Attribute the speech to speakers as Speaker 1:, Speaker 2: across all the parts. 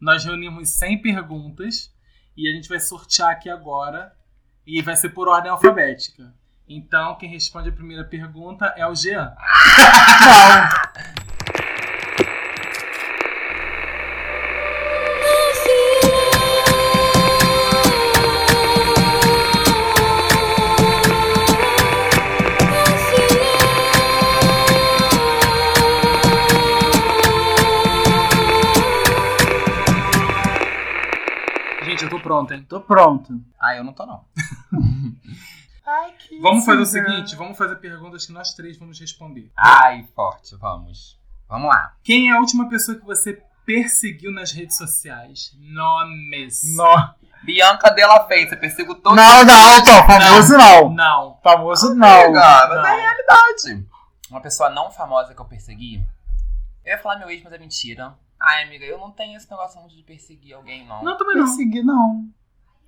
Speaker 1: Nós reunimos 100 perguntas e a gente vai sortear aqui agora e vai ser por ordem alfabética. Então, quem responde a primeira pergunta é o Jean. Gente, eu tô pronto, hein?
Speaker 2: Tô pronto.
Speaker 3: Ah, eu não tô, não.
Speaker 2: Ai, que
Speaker 1: Vamos fazer o
Speaker 2: isso, cara.
Speaker 1: seguinte, vamos fazer perguntas que nós três vamos responder.
Speaker 3: Ai, forte, vamos. Vamos lá.
Speaker 1: Quem é a última pessoa que você perseguiu nas redes sociais? Nomes.
Speaker 2: Não,
Speaker 3: Bianca Della Fei, você persigo todo
Speaker 2: não, não, Tom, famoso não.
Speaker 1: Não.
Speaker 2: Famoso
Speaker 3: Não,
Speaker 2: não.
Speaker 3: mas
Speaker 1: não.
Speaker 3: é a realidade. Uma pessoa não famosa que eu persegui. Eu ia falar meu ex, mas é mentira. Ai, amiga, eu não tenho esse negócio muito de perseguir alguém, não.
Speaker 1: Não, também não.
Speaker 2: Persegui, não.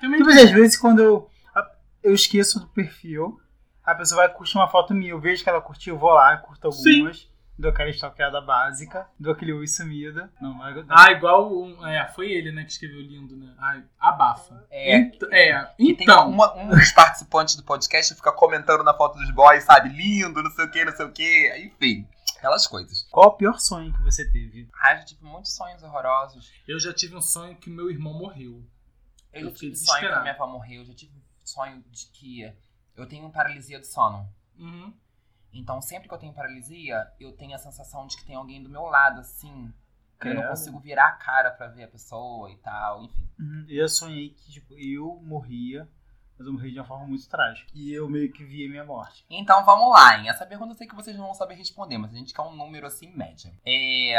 Speaker 1: Também
Speaker 2: Tipo
Speaker 1: não.
Speaker 2: assim, às vezes quando eu, a- eu esqueço do perfil, a pessoa vai curtir uma foto minha, eu vejo que ela curtiu, eu vou lá, curto algumas. Dou aquela stalkeada básica, dou aquele oi sumida. Não, vai. não.
Speaker 1: Ah, igual. um- é, foi ele, né, que escreveu lindo, né? Ai, abafa.
Speaker 3: É.
Speaker 1: Ent- é,
Speaker 3: E tem
Speaker 1: então.
Speaker 3: uma- um dos participantes do podcast que fica comentando na foto dos boys, sabe? Lindo, não sei o que, não sei o que. Enfim, aquelas coisas.
Speaker 2: Qual o pior sonho que você teve?
Speaker 3: Ai, eu já tive muitos sonhos horrorosos.
Speaker 1: Eu já tive um sonho que meu irmão morreu.
Speaker 3: Eu,
Speaker 1: Eu
Speaker 3: já
Speaker 1: fiquei
Speaker 3: tive sonho que a
Speaker 1: desesperado.
Speaker 3: minha avó morreu. Eu já tive sonho de que eu tenho paralisia do sono.
Speaker 1: Uhum.
Speaker 3: Então, sempre que eu tenho paralisia, eu tenho a sensação de que tem alguém do meu lado, assim. Que eu não
Speaker 2: Credo.
Speaker 3: consigo virar a cara pra ver a pessoa e tal, enfim.
Speaker 2: Uhum, Eu sonhei que, tipo, eu morria, mas eu morri de uma forma muito trágica. E eu meio que via minha morte.
Speaker 3: Então, vamos lá, hein? Essa pergunta eu sei que vocês não vão saber responder, mas a gente quer um número, assim, média. É...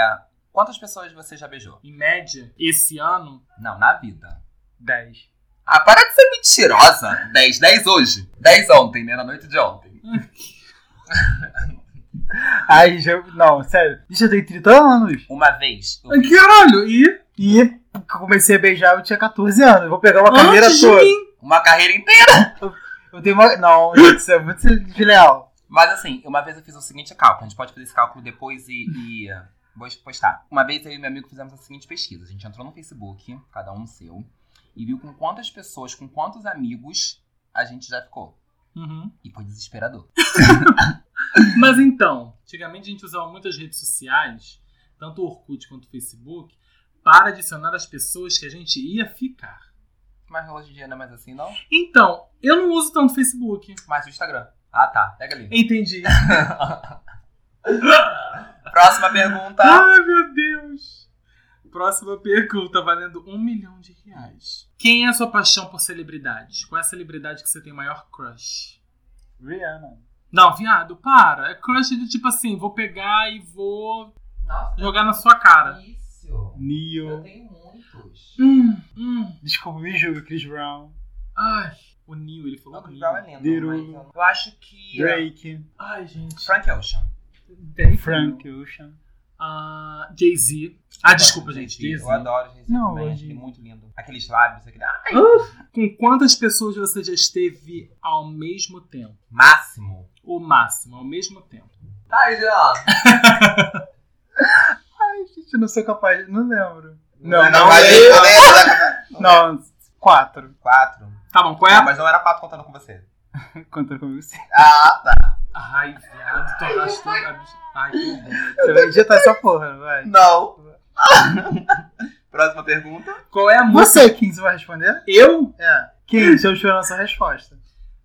Speaker 3: Quantas pessoas você já beijou?
Speaker 1: Em média, esse ano,
Speaker 3: Não, na vida.
Speaker 2: 10.
Speaker 3: Ah, para de ser mentirosa. 10, 10 hoje. 10 ontem, né? Na noite de ontem.
Speaker 2: Ai, já. Não, sério. Bicho, eu tenho 30 anos.
Speaker 3: Uma vez. Eu
Speaker 1: Ai, caralho, e
Speaker 2: E eu comecei a beijar, eu tinha 14 anos. Eu vou pegar uma cadeira
Speaker 1: antes de
Speaker 2: toda.
Speaker 1: mim.
Speaker 3: Uma carreira inteira.
Speaker 2: Eu tenho uma. Não, gente, isso é muito filial.
Speaker 3: Mas assim, uma vez eu fiz o seguinte cálculo. A gente pode fazer esse cálculo depois e.
Speaker 1: Hum.
Speaker 3: e, eh, vou postar. Uma vez eu e meu amigo fizemos a seguinte pesquisa. A gente entrou no Facebook, cada um no seu, e viu com quantas pessoas, com quantos amigos a gente já ficou.
Speaker 1: Uhum.
Speaker 3: E foi desesperador.
Speaker 1: Mas então, antigamente a gente usava muitas redes sociais, tanto o Orkut quanto o Facebook, para adicionar as pessoas que a gente ia ficar.
Speaker 3: Mas hoje em dia não é mais assim, não?
Speaker 1: Então, eu não uso tanto Facebook.
Speaker 3: Mas o Instagram. Ah, tá. Pega ali.
Speaker 1: Entendi. Tá.
Speaker 3: Próxima pergunta.
Speaker 1: Ai, meu Deus! Próxima pergunta, valendo um milhão de reais. Quem é a sua paixão por celebridades? Qual é a celebridade que você tem maior crush?
Speaker 2: Rihanna.
Speaker 1: Não, viado, para. É crush de tipo assim, vou pegar e vou
Speaker 3: Nossa,
Speaker 1: jogar na sua cara.
Speaker 3: isso.
Speaker 2: Neo.
Speaker 3: tenho muitos.
Speaker 1: Hum, hum.
Speaker 2: Descobri jogo, Chris Brown.
Speaker 1: Ai, o Neil, ele falou
Speaker 3: Não,
Speaker 1: o
Speaker 3: Chris
Speaker 1: Neil.
Speaker 3: Brown é lindo,
Speaker 2: Diru.
Speaker 3: mas eu- eu acho que...
Speaker 2: Drake.
Speaker 1: Ai, gente.
Speaker 3: Frank Ocean.
Speaker 1: Tem
Speaker 2: Frank Ocean.
Speaker 1: Ah, Jay-Z. Ah, desculpa,
Speaker 3: Eu
Speaker 1: gente.
Speaker 3: adoro Jay-Z.
Speaker 1: Jay-Z.
Speaker 3: Eu adoro Jay-Z
Speaker 2: Não,
Speaker 3: também,
Speaker 2: hoje-
Speaker 3: acho ele muito lindo. Aqueles lábios, aquele... Ah,
Speaker 1: Com quantas pessoas você já esteve ao mesmo tempo?
Speaker 3: máximo.
Speaker 1: O máximo, ao mesmo tempo.
Speaker 3: Tá, Jean.
Speaker 2: Ai, gente, não sou capaz. Não lembro. Não,
Speaker 3: Não, não é
Speaker 2: não
Speaker 3: vai
Speaker 2: lembro.
Speaker 3: lembrar.
Speaker 2: Não, quatro.
Speaker 3: Quatro.
Speaker 1: Tá bom, qual é
Speaker 3: Ah,
Speaker 1: a
Speaker 3: mas não era quatro contando com você.
Speaker 2: Conta comigo sim.
Speaker 3: Ah, tá.
Speaker 1: Ai, viado, tu arrastou a bicha. Ai, que horror.
Speaker 2: Você vai editar essa porra, vai.
Speaker 3: Não. Próxima pergunta.
Speaker 1: Qual é a música?
Speaker 2: Você, 15, vai responder?
Speaker 1: Eu?
Speaker 2: É. 15, eu choro a sua resposta.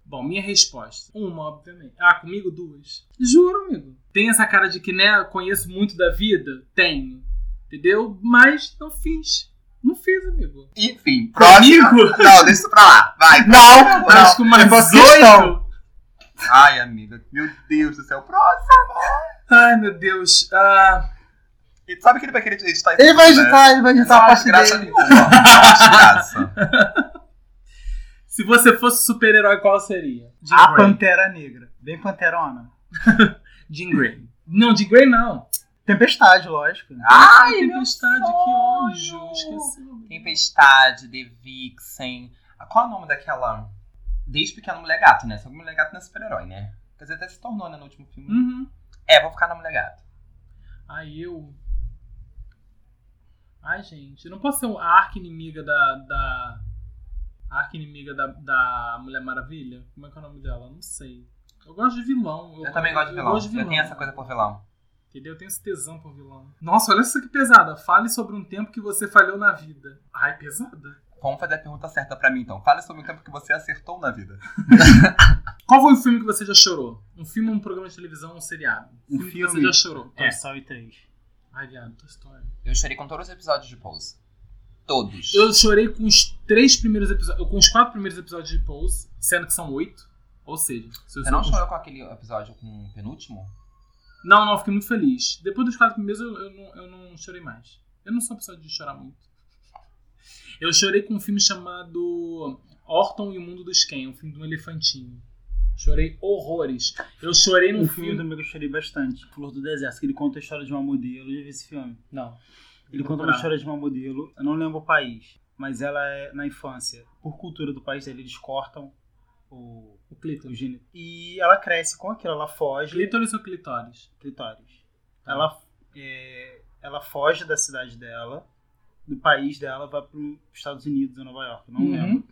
Speaker 1: Bom, minha resposta. Uma, obviamente. Ah, comigo duas. Juro, amigo. Tem essa cara de que, né, conheço muito da vida? Tenho. Entendeu? Mas não fiz. Não fiz, amigo.
Speaker 3: Enfim, próxima.
Speaker 1: Comigo?
Speaker 3: Não, deixa isso pra lá. Vai.
Speaker 2: Não,
Speaker 1: Acho que umas
Speaker 2: faço
Speaker 1: oito.
Speaker 2: questão.
Speaker 3: Ai, amiga. Meu Deus do céu. Próximo.
Speaker 1: Ai, meu Deus. Ah,
Speaker 3: E sabe que ele vai querer editar isso
Speaker 2: Ele vai
Speaker 3: tudo, né?
Speaker 2: editar, ele vai editar a
Speaker 3: Não,
Speaker 2: parte
Speaker 3: desgraça
Speaker 2: dele.
Speaker 3: nenhuma. Desgraça.
Speaker 1: se você fosse super-herói, qual seria? Jim
Speaker 2: A
Speaker 1: Grey.
Speaker 2: Pantera Negra. Bem Panterona.
Speaker 1: Jim Grey. Não, Jim Grey não.
Speaker 2: Tempestade, lógico.
Speaker 3: Ai,
Speaker 1: Tempestade, que
Speaker 3: sonho.
Speaker 1: ódio. Esqueci. o nome.
Speaker 3: Tempestade, The Vixen. Ah, Qual é o nome daquela. Desde pequeno mulher gato, né? Só que mulher gato não é super-herói, né? Quer dizer, até se tornou, né, no último filme.
Speaker 1: Uhum.
Speaker 3: É, vou ficar na mulher gato.
Speaker 1: Aí eu. Ai, gente, eu não posso ser a arca inimiga da. da... A arca inimiga da, da Mulher Maravilha? Como é que é o nome dela? Eu Não sei. Eu gosto de vilão.
Speaker 3: Eu, também gosto de vilão.
Speaker 1: gosto de
Speaker 3: Eu tenho essa coisa por vilão.
Speaker 1: Entendeu? Eu tenho esse tesão por vilão. Nossa, olha essa que pesada. Fale sobre um tempo que você falhou na vida. Ai, pesada.
Speaker 3: Vamos fazer a pergunta certa pra mim, então. Fale sobre o tempo que você acertou na vida.
Speaker 1: Qual foi o filme que você já chorou? Um filme, um programa de televisão, um seriado?
Speaker 2: Um
Speaker 1: que você
Speaker 2: filme?
Speaker 1: já chorou.
Speaker 2: Toy
Speaker 1: É.
Speaker 2: Story 3.
Speaker 1: Ai, viado, tua história.
Speaker 3: Eu chorei com todos os episódios de Pose. Todos.
Speaker 1: Eu chorei com os três primeiros episódios. Com os quatro primeiros episódios de Pose, sendo que são oito. Ou seja, se eu
Speaker 2: É,
Speaker 1: sou-
Speaker 3: Você
Speaker 1: um-
Speaker 3: não chorou com aquele episódio com o penúltimo?
Speaker 1: Não, não, eu fiquei muito feliz. Depois dos quatro primeiros, eu, eu não, eu não chorei mais. Eu não sou uma pessoa de chorar muito. Eu chorei com um filme chamado Orton e o Mundo dos Ken, um filme de um elefantinho. Chorei horrores. Eu chorei num
Speaker 2: Um filme do
Speaker 1: filme.
Speaker 2: meu que eu chorei bastante, Flor do Deserto, que ele conta a história de uma modelo. Eu já vi esse filme.
Speaker 1: Não.
Speaker 2: Ele conta uma história de uma modelo, eu não lembro o país, mas ela é na infância. Por cultura do país dele, eles cortam o,
Speaker 1: O
Speaker 2: o
Speaker 1: clítoris.
Speaker 2: gene. E ela cresce com aquilo, ela foge.
Speaker 1: Clítoris ou clitóris?
Speaker 2: Clitóris. Ela, é, ela foge da cidade dela, do país dela, vai para os Estados Unidos, ou Nova York, não
Speaker 1: Uhum.
Speaker 2: lembro.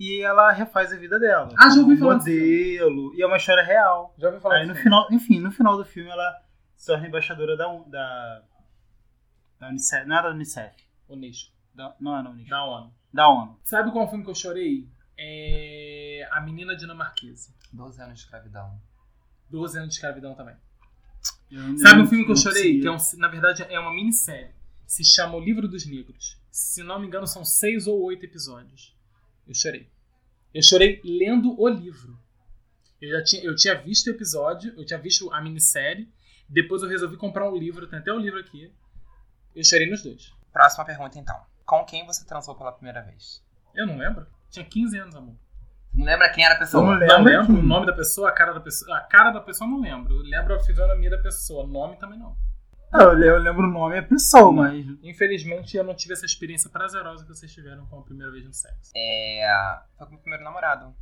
Speaker 2: E ela refaz a vida dela.
Speaker 1: Ah, já ouvi
Speaker 2: como
Speaker 1: falar disso.
Speaker 2: modelo. E é uma história real.
Speaker 1: Já ouvi
Speaker 2: Aí no final, enfim, no final do filme ela se torna embaixadora da, U- da, da Unicef. Não era da Unicef.
Speaker 1: O Nicho.
Speaker 2: Da, não era Unicef.
Speaker 1: Da ONU.
Speaker 2: Da ONU.
Speaker 1: Sabe qual filme que eu chorei? É. A Menina Dinamarquesa.
Speaker 3: 12 anos de escravidão.
Speaker 1: 12 anos de escravidão também.
Speaker 2: Eu não-
Speaker 1: Sabe um filme que eu
Speaker 2: não
Speaker 1: chorei?
Speaker 2: conseguia.
Speaker 1: Que é um, na verdade é uma minissérie. Se chama O Livro dos Negros. Se não me engano, são seis ou oito episódios. Eu chorei. Eu chorei lendo o livro. Eu já tinha, eu tinha visto o episódio, eu tinha visto a minissérie. Depois eu resolvi comprar um livro, tem até o livro aqui. Eu chorei nos dois.
Speaker 3: Próxima pergunta, então. Com quem você transou pela primeira vez?
Speaker 1: Eu não lembro. Tinha 15 anos, amor.
Speaker 3: Não lembra quem era a pessoa?
Speaker 2: Não lembro.
Speaker 1: Não lembro
Speaker 2: quem?
Speaker 1: o nome da pessoa, a cara da pessoa. A cara da pessoa eu não lembro. Eu lembro a fisionomia da pessoa, nome também não.
Speaker 2: Ah, Eu, le- eu lembro o nome e a pessoa, mas.
Speaker 1: Infelizmente, eu não tive essa experiência prazerosa que vocês tiveram com a primeira vez no sexo.
Speaker 3: É. Foi com o meu primeiro namorado,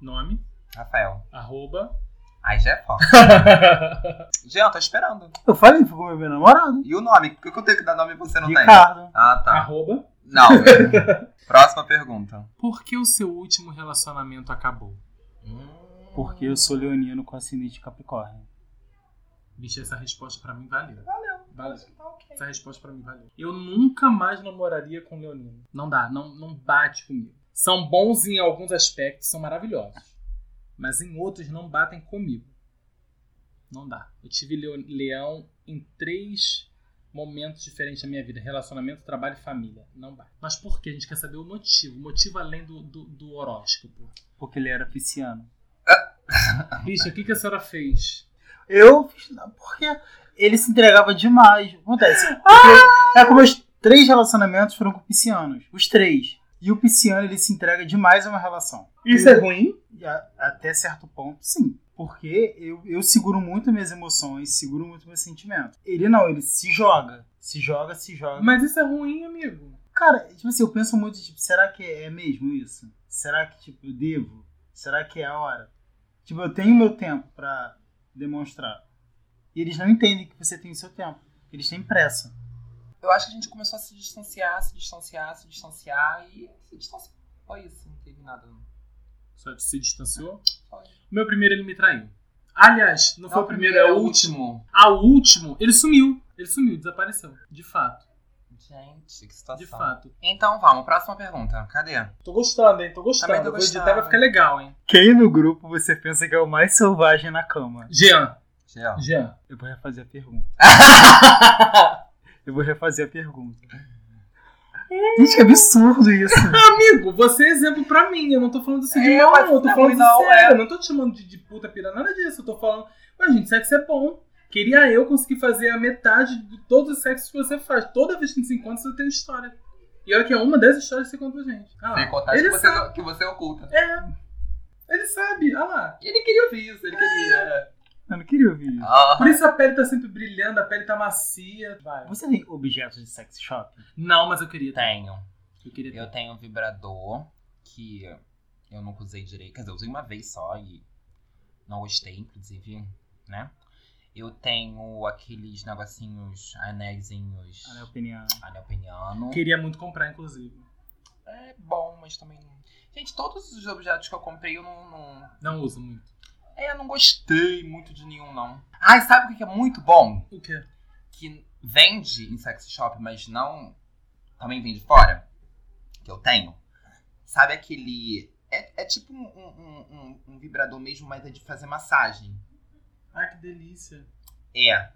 Speaker 1: Nome,
Speaker 3: Rafael.
Speaker 1: arroba.
Speaker 3: Aí já é foda. Tá. Jean, tô esperando.
Speaker 2: Eu falei que foi com meu namorado.
Speaker 3: E o nome? Por que eu tenho que dar nome e você
Speaker 1: tá
Speaker 3: não tem?
Speaker 2: Ricardo.
Speaker 3: Ah, tá.
Speaker 1: arroba.
Speaker 3: Não. Próxima pergunta.
Speaker 1: Por que o seu último relacionamento acabou?
Speaker 2: Porque eu sou leonino com ascendente Capricórnio.
Speaker 1: Bicho, essa resposta pra mim valeu.
Speaker 3: Valeu.
Speaker 1: Valeu.
Speaker 3: Tá ok.
Speaker 1: Essa resposta pra mim valeu. Eu nunca mais namoraria com o Leonino. Não dá, não, não bate comigo. São bons em alguns aspectos, são maravilhosos. Mas em outros não batem comigo. Não dá. Eu tive leo- leão em três momentos diferentes da minha vida: relacionamento, trabalho e família. Não bate. Mas por quê? A gente quer saber o motivo. O motivo além do, do, do horóscopo.
Speaker 2: Porque ele era pisciano.
Speaker 1: Bicho, o que, que a senhora fez?
Speaker 2: Eu fiz nada, porque ele se entregava demais. Acontece.
Speaker 1: Ah!
Speaker 2: Porque É como os três relacionamentos foram com piscianos. Os três. E o pisciano, ele se entrega demais a uma relação.
Speaker 1: ruim?
Speaker 2: E a- até certo ponto, sim. Porque eu, eu seguro muito minhas emoções, seguro muito meus sentimentos. Ele não, ele se joga. Se joga, se joga.
Speaker 1: Mas isso é ruim, amigo.
Speaker 2: Cara, tipo assim, eu penso muito, tipo, será que é mesmo isso? Será que, tipo, eu devo? Será que é a hora? Tipo, eu tenho meu tempo pra demonstrar. E eles não entendem que você tem o seu tempo. Eles têm pressa.
Speaker 3: Eu acho que a gente começou a se distanciar, se distanciar, se distanciar e se distanciar. Foi isso, não teve nada. não.
Speaker 1: Só se distanciou?
Speaker 3: Foi.
Speaker 1: O meu primeiro ele me traiu. Aliás, não, foi o primeiro, é o último. Ao último, ele sumiu. Ele sumiu, desapareceu. De fato.
Speaker 3: Gente, que
Speaker 1: De
Speaker 3: situação.
Speaker 1: fato.
Speaker 3: Então vamos, próxima pergunta. Cadê?
Speaker 1: Tô gostando, hein? Tô
Speaker 3: Também
Speaker 1: gostando.
Speaker 3: tô
Speaker 1: Vou editar,
Speaker 3: gostando.
Speaker 1: vai ficar legal, hein?
Speaker 2: Quem no grupo você pensa que é o mais selvagem na cama?
Speaker 1: Jean.
Speaker 3: Gel.
Speaker 1: Jean.
Speaker 2: Eu vou refazer a pergunta. Eu vou refazer a pergunta. Gente, que absurdo isso.
Speaker 1: Amigo, você é exemplo pra mim. Eu não tô falando assim de
Speaker 3: É,
Speaker 1: mal,
Speaker 3: mas
Speaker 1: não. é. Eu tô
Speaker 3: não,
Speaker 1: falando
Speaker 3: não,
Speaker 1: sério. Eu não tô te chamando de, de puta pira, nada disso. Eu tô falando. Mas, gente, sexo é bom. Queria eu conseguir fazer a metade de todos os sexos que você faz. Toda vez que a gente se encontra, você tem história. E olha que é uma das histórias que você conta pra gente. Ah, lá.
Speaker 3: Sem contar
Speaker 1: ele
Speaker 3: que você,
Speaker 1: sabe.
Speaker 3: que você oculta.
Speaker 1: É. Ele sabe, olha lá.
Speaker 3: Ele queria ouvir isso, ele queria.
Speaker 2: Eu não queria ouvir isso.
Speaker 3: Ah.
Speaker 1: Por isso a pele tá sempre brilhando, a pele tá macia. Vai.
Speaker 2: Ah, Você tem objetos de sex shop?
Speaker 1: Não, mas eu queria ter.
Speaker 3: Tenho.
Speaker 1: Eu queria ter.
Speaker 3: Eu tenho um vibrador que eu nunca usei direito. Quer dizer, eu usei uma vez só e não gostei, inclusive, né? Eu tenho aqueles negocinhos, anéisinhos.
Speaker 2: Anel peniano.
Speaker 3: Anel peniano.
Speaker 1: Queria muito comprar, inclusive.
Speaker 3: É bom, mas também não. Gente, todos os objetos que eu comprei eu não. não...
Speaker 1: Não uso muito.
Speaker 3: É, eu não gostei muito de nenhum, não. Ai, sabe o que que é muito bom?
Speaker 1: O quê?
Speaker 3: Que vende em sex shop, mas não. Também vende fora? Que eu tenho. Sabe aquele. É, é tipo um, um- um- um vibrador mesmo, mas é de fazer massagem.
Speaker 1: Ai, que delícia.
Speaker 3: É.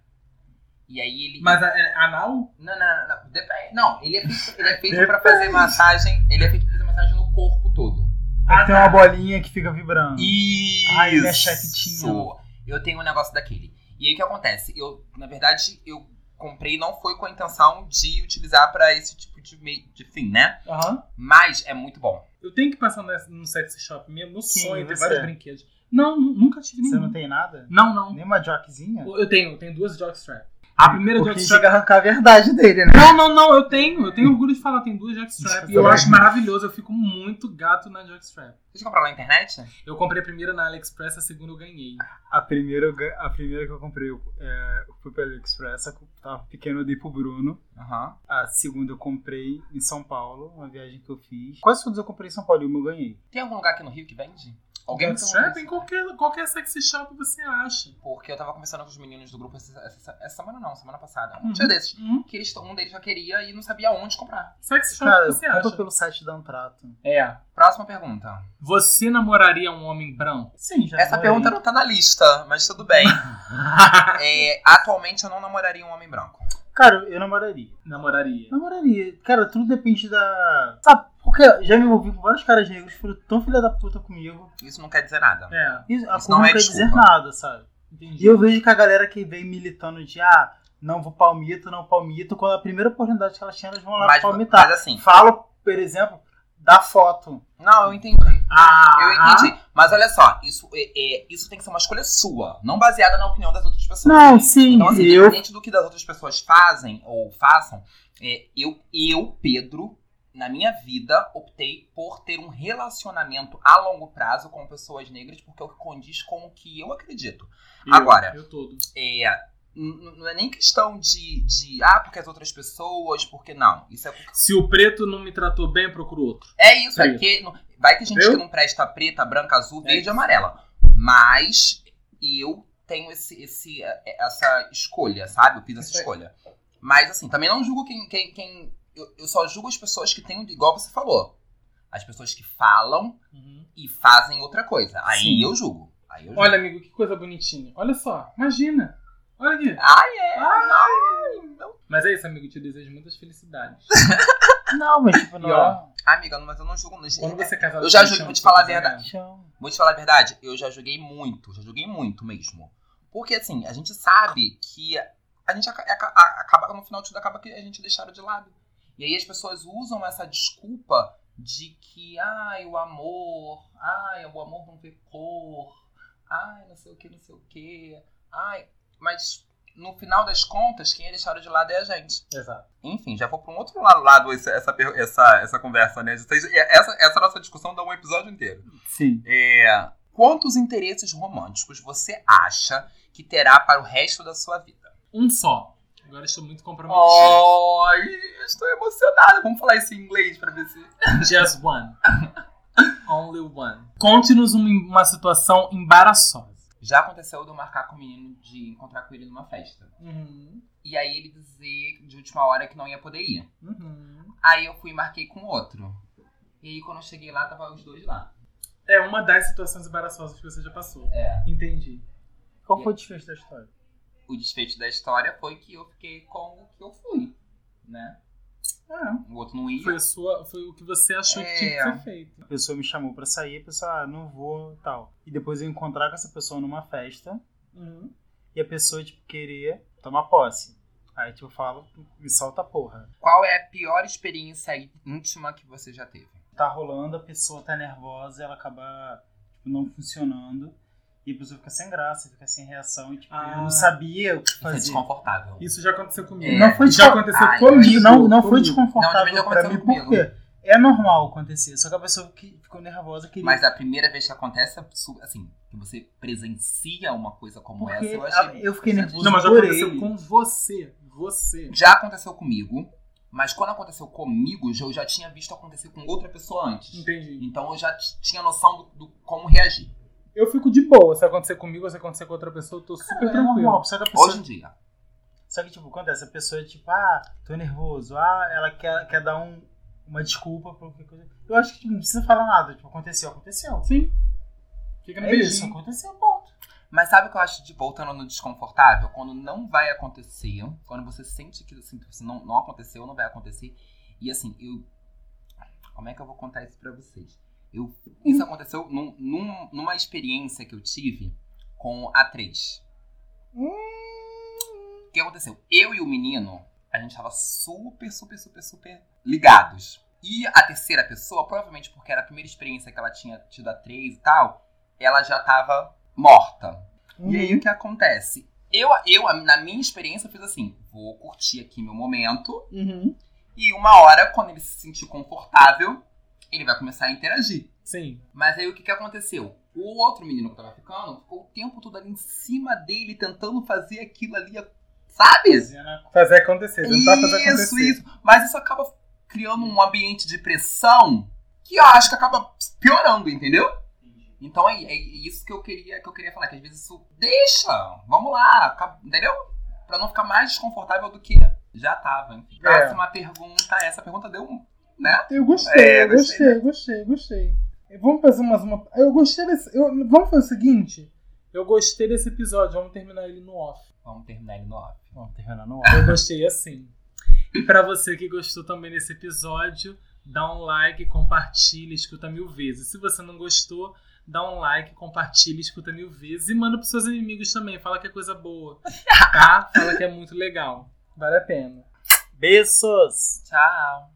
Speaker 3: E aí ele.
Speaker 1: Mas é anal?
Speaker 3: Não, não, não, não. Depende. Não, ele é feito, ele é feito pra fazer massagem. Ele é feito pra fazer massagem no corpo todo.
Speaker 2: Aí tem uma bolinha É que fica vibrando.
Speaker 3: Isso!
Speaker 2: Ah, ele é chapetinho.
Speaker 3: Eu tenho um negócio daquele. E aí o que acontece? Eu, na verdade, eu comprei não foi com a intenção de utilizar pra esse tipo de, mei- de fim, né?
Speaker 1: Aham.
Speaker 3: Mas é muito bom.
Speaker 1: Eu tenho que passar nessa- num sex shop mesmo. Meu
Speaker 2: Sim,
Speaker 1: sonho, tem
Speaker 2: você. é.
Speaker 1: vários brinquedos. Não, nu- nunca tive
Speaker 2: Você
Speaker 1: nenhum.
Speaker 2: não tem nada?
Speaker 1: Não, não.
Speaker 2: Nem uma jockzinha?
Speaker 1: Eu tenho, eu tenho duas jockstrap. A primeira
Speaker 2: Porque a gente tem
Speaker 1: jockstrap.
Speaker 2: Ah, que arrancar a verdade dele, né?
Speaker 1: Não, não, não, eu tenho. Eu tenho orgulho de falar, eu tenho duas
Speaker 2: é
Speaker 1: jockstrap. E eu
Speaker 2: Também.
Speaker 1: acho maravilhoso, eu fico muito gato na jockstrap.
Speaker 3: Você comprou lá na internet? né?
Speaker 1: Eu comprei a primeira na AliExpress, a segunda eu ganhei.
Speaker 2: A primeira, eu ga- a primeira que eu comprei eu, é, eu fui pela AliExpress, eu tava pequeno, eu dei pro Bruno.
Speaker 3: Aham.
Speaker 2: A segunda eu comprei em São Paulo, uma viagem que eu fiz. Quase todas eu comprei em São Paulo e uma eu ganhei.
Speaker 3: Tem algum lugar aqui no Rio que vende? Alguém me perguntou
Speaker 1: Jockstrap
Speaker 3: isso.
Speaker 1: em qualquer, qualquer sexy shop você acha.
Speaker 3: Porque eu tava conversando com os meninos do grupo essa, essa- essa semana não, semana passada. Um
Speaker 1: Uhum.
Speaker 3: dia desses.
Speaker 1: Hum?
Speaker 3: Que eles, um deles já queria e não sabia onde comprar.
Speaker 1: Sexy shop
Speaker 2: Cara,
Speaker 1: você
Speaker 2: eu compro
Speaker 1: acha.
Speaker 2: pelo site da Antrato.
Speaker 1: É.
Speaker 3: Próxima pergunta.
Speaker 1: Você namoraria um homem branco?
Speaker 2: Sim, já
Speaker 3: Essa pergunta não tá na lista, mas tudo bem. É, atualmente eu não namoraria um homem branco.
Speaker 2: Cara, eu namoraria.
Speaker 1: namoraria.
Speaker 2: Namoraria. Cara, tudo depende da... Sabe, porque já me envolvi com vários caras negros que foram tão filha da puta comigo.
Speaker 3: Isso não quer dizer nada.
Speaker 1: É,
Speaker 2: E a
Speaker 3: Isso
Speaker 2: culpa
Speaker 3: não
Speaker 2: não
Speaker 3: é
Speaker 2: quer
Speaker 3: desculpa.
Speaker 2: dizer nada, sabe? E
Speaker 1: entendi.
Speaker 2: eu vejo que a galera que vem militando de, ah, não vou palmito, não palmito, quando a primeira oportunidade que elas têm, elas vão lá
Speaker 3: Mas,
Speaker 2: palmitar.
Speaker 3: mas assim,
Speaker 2: Falo, por exemplo, da foto.
Speaker 3: não, eu entendi.
Speaker 1: Ah,
Speaker 3: Eu entendi. Mas olha só, isso, é- é- isso tem que ser uma escolha sua, não baseada na opinião das outras pessoas.
Speaker 2: Não, sim,
Speaker 3: Então, assim,
Speaker 2: eu.
Speaker 3: independente do que das outras pessoas fazem ou façam, é, eu, eu, Pedro, na minha vida, optei por ter um relacionamento a longo prazo com pessoas negras, porque é o que condiz com o que eu acredito.
Speaker 1: Eu-
Speaker 3: Agora.
Speaker 1: Eu todo.
Speaker 3: É, n- n- não é nem questão de, de, ah, porque as outras pessoas, porque não. Isso é o que
Speaker 1: Se o preto não me tratou bem, eu procuro outro.
Speaker 3: É isso, é
Speaker 1: Preto.
Speaker 3: porque não- vai que gente
Speaker 1: Viu?
Speaker 3: que não presta preta, branca, azul,
Speaker 1: É
Speaker 3: verde e
Speaker 1: isso.
Speaker 3: amarela. Mas eu tenho esse, esse, eh, essa escolha, sabe? Eu fiz essa
Speaker 1: Isso aí.
Speaker 3: escolha. Mas assim, também não julgo quem. quem, quem eu, eu só julgo as pessoas que têm, igual você falou. As pessoas que falam e fazem outra coisa. Aí
Speaker 2: Sim.
Speaker 3: eu julgo. Aí eu julgo.
Speaker 1: Olha, amigo, que coisa bonitinha. Olha só, imagina. Olha aqui.
Speaker 3: Ai, é.
Speaker 2: ah,
Speaker 1: Mas é isso, amigo, te desejo muitas felicidades.
Speaker 2: Não, mas tipo, não.
Speaker 1: E, ó,
Speaker 3: Ai, Amiga, mas eu não julgo. É não.
Speaker 1: Quando você casar,
Speaker 3: Eu já
Speaker 1: você
Speaker 3: julguei,
Speaker 1: chama
Speaker 3: vou te
Speaker 1: seu
Speaker 3: falar a
Speaker 1: casamento.
Speaker 3: verdade. Vou te falar a verdade, eu já joguei muito, já joguei muito mesmo. Porque assim, a gente sabe que a gente aca- aca- a- acaba, no final de tudo, acaba que a gente deixaram de lado. E aí as pessoas usam essa desculpa de que, ai, o amor, ai, o amor não vê cor, ai, não sei o que, não sei o que, ai. Mas no final das contas, quem é deixado de lado é a gente.
Speaker 2: Exato.
Speaker 3: Enfim, já vou para um outro la- lado esse- essa, per- essa, essa conversa, né? Vocês- Essa, essa nossa discussão dá um episódio inteiro.
Speaker 2: Sim.
Speaker 3: É, quantos interesses românticos você acha que terá para o resto da sua vida?
Speaker 1: Um só. Agora estou muito comprometido.
Speaker 3: Ai, estou emocionada. Vamos falar isso em inglês para ver se.
Speaker 1: Just one. Only one. Conte-nos uma, uma situação embaraçosa.
Speaker 3: Já aconteceu de eu marcar com o menino de encontrar com ele numa festa.
Speaker 1: Uhum.
Speaker 3: E aí ele dizer de última hora que não ia poder ir. Aí eu fui e marquei com outro. E aí quando eu cheguei lá, tava os dois lá.
Speaker 1: É uma das situações embaraçosas que você já passou.
Speaker 3: É.
Speaker 1: Entendi.
Speaker 2: Qual foi o desfecho da história?
Speaker 3: O desfecho da história foi que eu fiquei com o que eu fui, né?
Speaker 1: É.
Speaker 3: O outro não ia.
Speaker 1: Foi, a sua, foi o que você achou que tinha que
Speaker 3: É.
Speaker 1: ser feito.
Speaker 2: A pessoa me chamou pra sair, a pessoa, ah, não vou tal. E depois eu encontrar com essa pessoa numa festa
Speaker 1: Uhum.
Speaker 2: e a pessoa, tipo, querer tomar posse. Aí, tipo, eu falo, me solta a porra.
Speaker 3: Qual é a pior experiência íntima que você já teve?
Speaker 2: Tá rolando, a pessoa tá nervosa, ela acaba, tipo, não funcionando. E a pessoa fica sem graça, fica sem reação. E, tipo,
Speaker 1: Ah.
Speaker 2: eu não sabia o que
Speaker 3: Isso é
Speaker 2: fazer.
Speaker 3: desconfortável.
Speaker 1: Isso já aconteceu comigo.
Speaker 3: É.
Speaker 2: Não foi
Speaker 1: já
Speaker 2: descon-
Speaker 1: aconteceu
Speaker 3: Ai,
Speaker 1: comigo.
Speaker 2: Não, não foi
Speaker 1: Ah, comigo.
Speaker 2: desconfortável pra
Speaker 3: Não, já aconteceu
Speaker 2: mim, por
Speaker 3: comigo.
Speaker 2: quê? É normal acontecer, só que a pessoa que ficou nervosa queria.
Speaker 3: Mas a primeira vez que acontece, é su- assim, que você presencia uma coisa como
Speaker 2: Porque
Speaker 3: essa, eu
Speaker 2: a-
Speaker 3: achei.
Speaker 2: eu fiquei nervoso.
Speaker 1: Não, mas
Speaker 2: Adorei.
Speaker 1: aconteceu com você. Você.
Speaker 3: Já aconteceu comigo, mas quando aconteceu comigo, eu já tinha visto acontecer com outra pessoa antes.
Speaker 1: Entendi.
Speaker 3: Então eu já t- tinha noção do, do como reagir.
Speaker 1: Eu fico de boa. Se acontecer comigo, se acontecer com outra pessoa, eu tô super
Speaker 2: É
Speaker 1: tranquilo.
Speaker 2: normal, só que a pessoa
Speaker 3: Hoje em dia.
Speaker 2: Só que, tipo, acontece, a pessoa, tipo, ah, tô nervoso, ah, ela quer, quer dar um, uma desculpa por qualquer coisa. Eu acho que tipo, não precisa falar nada, tipo, aconteceu, aconteceu.
Speaker 1: Sim. Fica no
Speaker 2: É isso,
Speaker 1: beijinho.
Speaker 2: aconteceu, ponto.
Speaker 3: Mas sabe o que eu acho de voltando no desconfortável? Quando não vai acontecer, quando você sente que assim, que isso não, não aconteceu, não vai acontecer. E assim, eu. Como é que eu vou contar isso pra vocês? Eu, isso aconteceu num- num- numa experiência que eu tive com a 3. O que aconteceu? Eu e o menino, a gente tava super, super, super, super ligados. E a terceira pessoa, provavelmente porque era a primeira experiência que ela tinha tido a 3 e tal, ela já tava morta. E
Speaker 2: Uhum.
Speaker 3: aí o que acontece? Eu, eu, na minha experiência, fiz assim: vou curtir aqui meu momento.
Speaker 1: Uhum.
Speaker 3: E uma hora, quando ele se sentir confortável, ele vai começar a interagir.
Speaker 1: Sim.
Speaker 3: Mas aí o que, que aconteceu? O outro menino que tava ficando ficou o tempo todo ali em cima dele, tentando fazer aquilo ali, sabe?
Speaker 2: Dizendo,
Speaker 1: Fazer acontecer. Tentar fazer
Speaker 3: Isso,
Speaker 1: acontecer.
Speaker 3: isso. Mas isso acaba criando um ambiente de pressão que eu acho que acaba piorando, entendeu? Então é, é isso que eu queria que eu queria falar, que às vezes isso deixa, vamos lá, acaba- entendeu? Pra não ficar mais desconfortável do que já tava. Enfim.
Speaker 1: É.
Speaker 3: Próxima pergunta, essa pergunta deu um, né?
Speaker 1: Eu gostei,
Speaker 3: É,
Speaker 1: eu gostei, gostei, gostei. Vamos fazer mais uma. Eu gostei desse. eu- Vamos fazer o seguinte? Eu gostei desse episódio, vamos terminar ele no off.
Speaker 3: Vamos terminar ele no off.
Speaker 2: Vamos terminar no
Speaker 1: Eu gostei assim. E pra você que gostou também desse episódio, dá um like, compartilha, escuta mil vezes. Se você não gostou, dá um like, compartilha, escuta mil vezes e manda pros seus inimigos também. Fala que é coisa boa, tá? Fala que é muito legal. Vale a pena.
Speaker 2: Beijos!
Speaker 3: Tchau.